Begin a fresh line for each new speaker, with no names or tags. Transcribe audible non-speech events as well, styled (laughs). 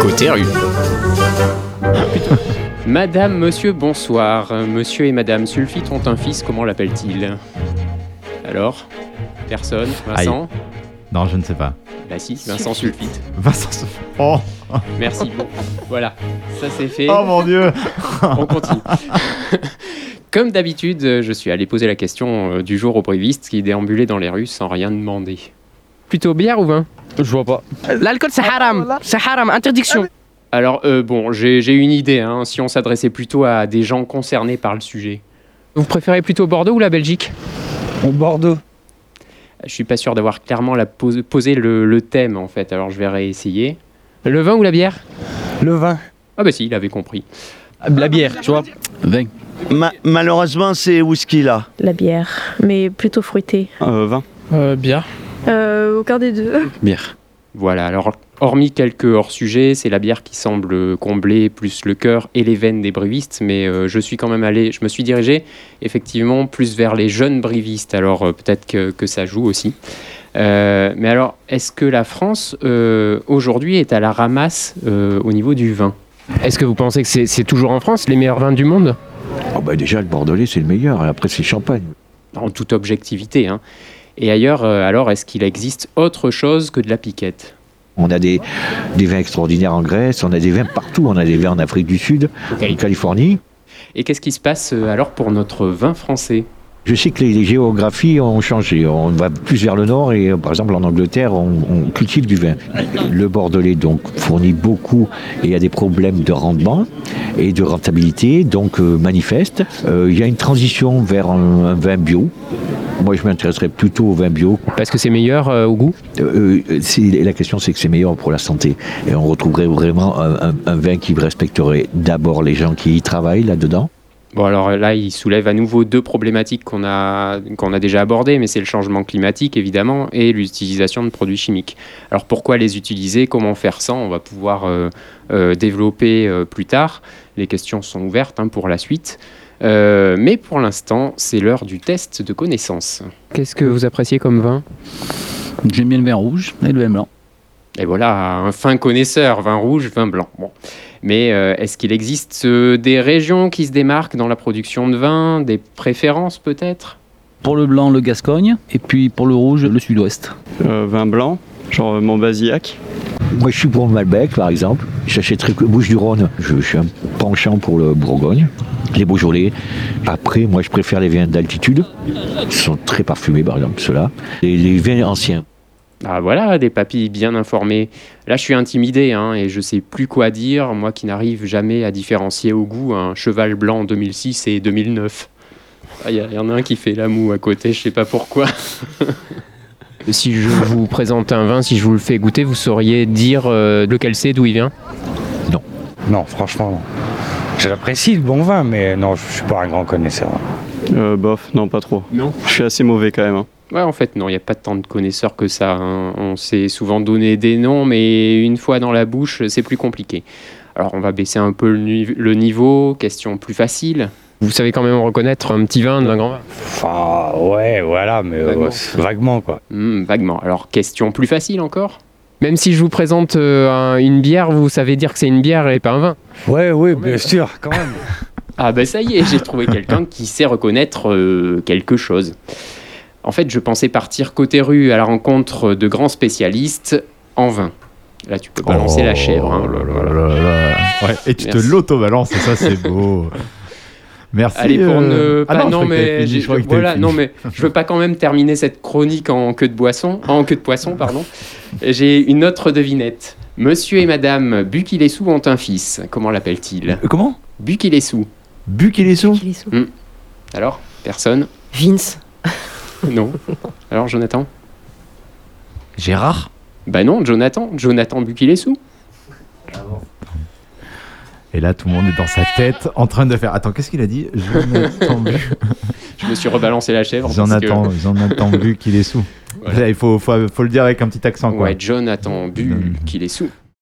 Côté rue.
Madame, monsieur, bonsoir. Monsieur et madame Sulfite ont un fils, comment l'appelle-t-il Alors Personne Vincent
Non, je ne sais pas. (laughs)
Bah si, Vincent Sulfite.
Vincent Sof- Oh,
Merci. voilà, ça c'est fait.
oh mon dieu
(laughs) On continue. Comme d'habitude, euh, je suis allé poser la question euh, du jour au briviste qui déambulait dans les rues sans rien demander. Plutôt bière ou vin
Je vois pas.
L'alcool, c'est haram. C'est haram, interdiction.
Alors, euh, bon, j'ai j'ai une idée, hein, si on s'adressait plutôt à des gens concernés par le sujet. Vous préférez plutôt Bordeaux ou la Belgique
Au Bordeaux.
Je suis pas sûr d'avoir clairement la pose- posé le, le thème, en fait, alors je vais réessayer. Le vin ou la bière
Le vin.
Ah bah si, il avait compris.
La bière, tu vois.
Ma- malheureusement, c'est whisky là.
La bière, mais plutôt fruitée.
Euh, 20.
bière.
Euh, aucun des deux.
Bière.
Voilà, alors hormis quelques hors-sujets, c'est la bière qui semble combler plus le cœur et les veines des brivistes, mais euh, je suis quand même allé, je me suis dirigé effectivement plus vers les jeunes brivistes, alors euh, peut-être que, que ça joue aussi. Euh, mais alors, est-ce que la France euh, aujourd'hui est à la ramasse euh, au niveau du vin Est-ce que vous pensez que c'est toujours en France les meilleurs vins du monde
Oh bah déjà, le bordelais, c'est le meilleur. Et après, c'est champagne.
en toute objectivité. hein. Et ailleurs, euh, alors, est-ce qu'il existe autre chose que de la piquette
On a des, des vins extraordinaires en Grèce, on a des vins partout. On a des vins en Afrique du Sud, en Californie.
Et qu'est-ce qui se passe euh, alors pour notre vin français
Je sais que les, les géographies ont changé. On va plus vers le nord et, euh, par exemple, en Angleterre, on, on cultive du vin. Le bordelais, donc, fournit beaucoup et a des problèmes de rendement et de rentabilité, donc euh, manifeste. Euh, Il y a une transition vers un, un vin bio. Moi, je m'intéresserais plutôt au vin bio.
Parce que c'est meilleur euh, au goût
Euh, euh, si- la question, c'est que c'est meilleur pour la santé. Et on retrouverait vraiment un, un- un vin qui respecterait d'abord les gens qui y travaillent là-dedans.
Bon, alors euh, là, il soulève à nouveau deux problématiques qu'on a, qu'on a déjà abordées, mais c'est le changement climatique, évidemment, et l'utilisation de produits chimiques. Alors pourquoi les utiliser Comment faire sans On va pouvoir euh, euh, développer euh, plus tard. Les questions sont ouvertes hein, pour la suite. Euh, mais pour l'instant, c'est l'heure du test de connaissance. Qu'est-ce que vous appréciez comme vin
J'aime bien le vin rouge et le vin blanc.
Et voilà, un fin connaisseur, vin rouge, vin blanc. Bon. Mais euh, est-ce qu'il existe euh, des régions qui se démarquent dans la production de vin, des préférences peut-être
Pour le blanc, le Gascogne. Et puis pour le rouge, le Sud-Ouest.
Euh, vin blanc, genre euh, Montbazillac.
Moi, je suis pour le Malbec, par exemple. J'achèterais que Bouches-du-Rhône. Je, je suis un penchant pour le Bourgogne, les Beaujolais. Après, moi, je préfère les vins d'altitude. Ils sont très parfumés, par exemple, ceux-là. Et les vins anciens.
Ah voilà, des papilles bien informées. Là, je suis intimidé hein, et je sais plus quoi dire, moi qui n'arrive jamais à différencier au goût un cheval blanc 2006 et 2009. Il Ah, y, a- y en a un qui fait la moue à côté, je sais pas pourquoi. (laughs) si je vous présente un vin, si je vous le fais goûter, vous sauriez dire euh, lequel c'est, d'où il vient
Non, franchement, non. Je l'apprécie le bon vin, mais non, je suis pas un grand connaisseur.
Euh, bof, non, pas trop.
Non.
Je suis assez mauvais quand même. hein.
Ouais, en fait, non, il n'y a pas tant de connaisseurs que ça. hein. On s'est souvent donné des noms, mais une fois dans la bouche, c'est plus compliqué. Alors, on va baisser un peu le, nu- le niveau, question plus facile. Vous savez quand même reconnaître un petit vin d'un grand vin
Enfin, ouais, voilà, mais euh,
Vaguement.
c'est vaguement quoi.
Hmm, Vaguement. Alors, question plus facile encore Même si je vous présente euh, un- une bière, vous savez dire que c'est une bière et pas un vin
Ouais, oui,
Quand même.
bien sûr, quand même.
Ah ben ça y est, j'ai trouvé quelqu'un qui sait reconnaître euh, quelque chose. En fait, je pensais partir côté rue à la rencontre de grands spécialistes en vin. Là, tu peux balancer
Oh
la chèvre. hein.
Ouais, et tu
Merci.
te l'auto-balances, et
(laughs)
ça c'est beau. Merci.
Allez pour
euh,
ne
ah
pas
je
non
croyais que
mais
t'avais fini,
j'ai-
je croyais que t'avais
voilà
fini.
non mais je veux pas quand même terminer cette chronique en queue de boisson en queue de poisson pardon. J'ai une autre devinette. Monsieur et Madame Buquilessou ont un fils. Comment l'appelle-t-il
Comment
Buquilessou.
Buc et les sous.
Alors personne
Vince.
Non. Alors Jonathan
Gérard.
Bah non Jonathan Jonathan Buquilessou.
Et là, tout le monde est dans sa tête en train de faire. Attends, qu'est-ce qu'il a dit
(laughs)
Jonathan Buc.
Je me suis rebalancé la chèvre. parce que-
Jonathan, Jonathan Buc, il est sous.
Voilà.
Là, il faut, faut, faut le dire avec un petit accent. Quoi.
Ouais, Jonathan Bu,
Mm.
qu'il est sous.